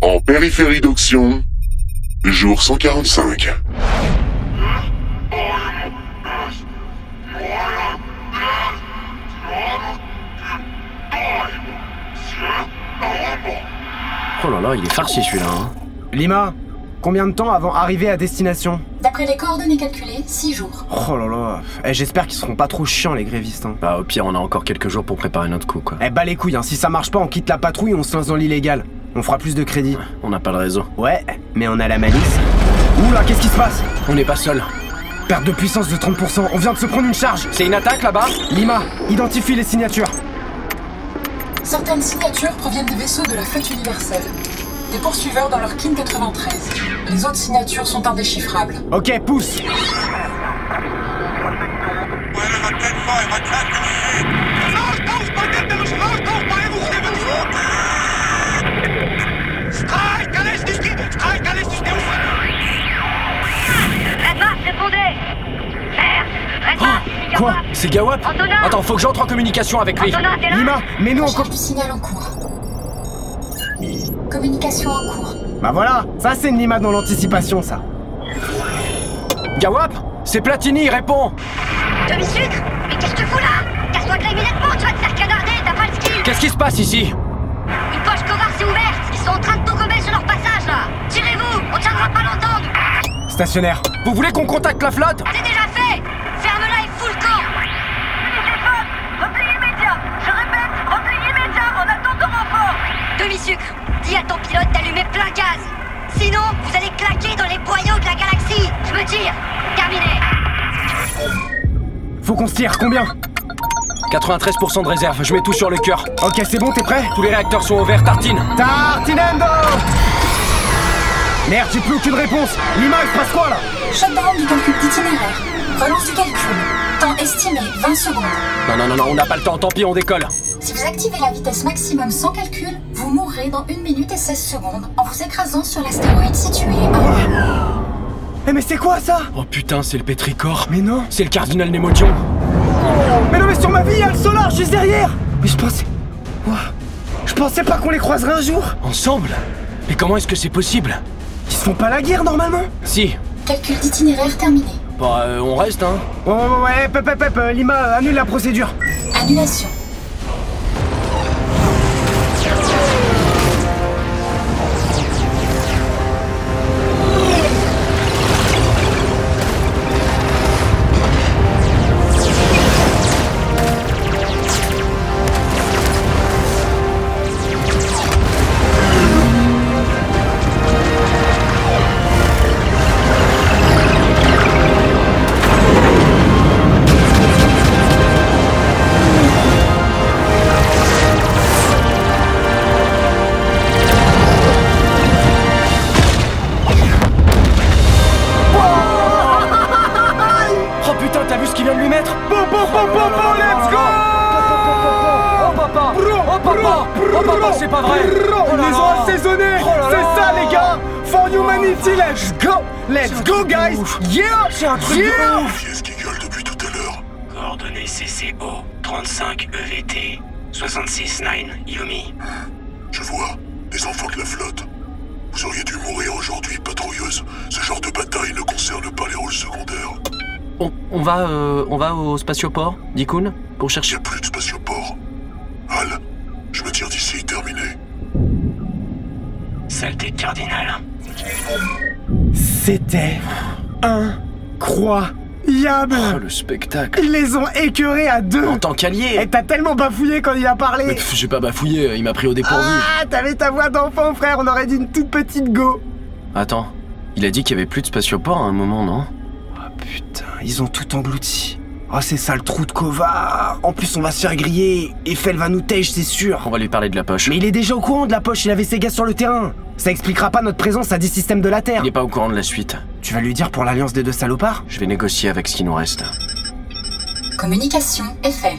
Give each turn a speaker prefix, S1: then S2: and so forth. S1: En périphérie d'Auxion, jour 145.
S2: Oh là là, il est farci celui-là. hein.
S3: Lima, combien de temps avant arrivée à destination
S4: D'après les coordonnées calculées, 6 jours.
S3: Oh là là, eh, j'espère qu'ils seront pas trop chiants les grévistes. Hein.
S2: Bah au pire, on a encore quelques jours pour préparer notre coup quoi.
S3: Eh bah les couilles, hein, si ça marche pas, on quitte la patrouille, on se lance dans l'illégal. On fera plus de crédit.
S2: On n'a pas de réseau.
S3: Ouais, mais on a la malice. Oula, qu'est-ce qui se passe
S2: On n'est pas seul.
S3: Perte de puissance de 30%, on vient de se prendre une charge
S2: C'est une attaque là-bas
S3: Lima, identifie les signatures
S4: Certaines signatures proviennent des vaisseaux de la flotte universelle, des poursuiveurs dans leur King 93. Les autres signatures sont indéchiffrables.
S3: Ok, pousse
S5: Reza, répondez Merde Reza, Migara.
S3: quoi
S2: C'est Gawap
S5: Antonin
S2: Attends, faut que j'entre en communication avec lui.
S5: Antonin, t'es là
S3: Lima, mais nous
S4: Charge
S3: encore...
S4: du signal en cours. Communication en cours.
S3: Bah voilà, ça c'est une Lima dans l'anticipation ça
S2: Gawap C'est Platini, réponds
S5: Demi-sucre Mais qu'est-ce que tu fous là Casse-toi de là immédiatement, tu vas te faire canarder, t'as pas le skill
S2: Qu'est-ce qui se passe ici
S5: Une poche covard s'est ouverte Ils sont en train de nous gommer sur leur passage là Tirez-vous, on tiendra pas longtemps nous.
S3: Stationnaire
S2: Vous voulez qu'on contacte la flotte
S5: C'est déjà fait Ferme-la et fous le camp Unité forte, repli immédiat Je répète, repli immédiat en attente de renfort Demi-sucre, dis à ton pilote d'allumer plein gaz Sinon, vous allez claquer dans les boyaux de la galaxie Je me tire Terminé
S3: Faut qu'on se tire, combien
S2: 93% de réserve, je mets tout sur le cœur.
S3: Ok, c'est bon, t'es prêt
S2: Tous les réacteurs sont ouverts, tartine
S3: Tartinando Merde, j'ai plus aucune réponse Lima, il se passe quoi là
S4: Shutdown du calcul d'itinéraire. Relance du calcul. Temps estimé 20 secondes.
S2: Non, non, non, non, on n'a pas le temps, tant pis, on décolle.
S4: Si vous activez la vitesse maximum sans calcul, vous mourrez dans 1 minute et 16 secondes en vous écrasant sur l'astéroïde situé à...
S3: Eh mais c'est quoi ça
S2: Oh putain, c'est le pétricor.
S3: Mais non
S2: C'est le cardinal Némodion.
S3: Mais non mais sur ma vie, il y a le solar juste derrière Mais je pensais... Ouah. Je pensais pas qu'on les croiserait un jour
S2: Ensemble Mais comment est-ce que c'est possible
S3: Ils se font pas la guerre normalement
S2: Si,
S4: Calcul d'itinéraire terminé.
S2: bah euh, on reste, hein.
S3: Ouais ouais ouais, ouais, pep, pep, pep, euh, Lima, euh, annule la procédure
S4: Annulation.
S2: Oh putain, t'as vu ce qu'il vient de lui mettre
S3: Bon, bon, bon, bon, bon, let's
S2: Oh
S3: go
S2: papa Oh papa Oh papa, c'est pas vrai Oh
S3: Ils
S2: là
S3: les
S2: là.
S3: ont assaisonnés
S2: Oh là là.
S3: C'est ça les gars For humanity, let's go Let's go guys Yeah C'est un truc yeah
S1: Qui est-ce qui gueule depuis tout à l'heure
S6: Coordonnées CCO 35 EVT 66-9 Yumi.
S1: Hmm, Je vois, des enfants de la flotte. Vous auriez dû mourir aujourd'hui, patrouilleuse. Ce genre de bataille ne concerne pas les rôles secondaires.
S2: On, on va, euh, on va au spatioport, Dikun, pour chercher.
S1: Y a plus de spatioport. Hal, je me tire d'ici, terminé.
S6: Saleté cardinale.
S3: C'était incroyable
S2: Oh, le spectacle
S3: Ils les ont écœurés à deux
S2: En tant qu'allié
S3: Et t'as tellement bafouillé quand il a
S2: Mais
S3: parlé
S2: pff, J'ai pas bafouillé, il m'a pris au dépourvu.
S3: Ah T'avais ta voix d'enfant frère, on aurait dit une toute petite go
S2: Attends, il a dit qu'il y avait plus de spatioport à un moment, non
S3: Putain, ils ont tout englouti Oh c'est ça le trou de Kovar En plus on va se faire griller Eiffel va nous tèche, c'est sûr
S2: On va lui parler de la poche.
S3: Mais il est déjà au courant de la poche, il avait ses gars sur le terrain. Ça expliquera pas notre présence à 10 systèmes de la Terre.
S2: Il est pas au courant de la suite.
S3: Tu vas lui dire pour l'alliance des deux salopards
S2: Je vais négocier avec ce qui nous reste.
S4: Communication Eiffel.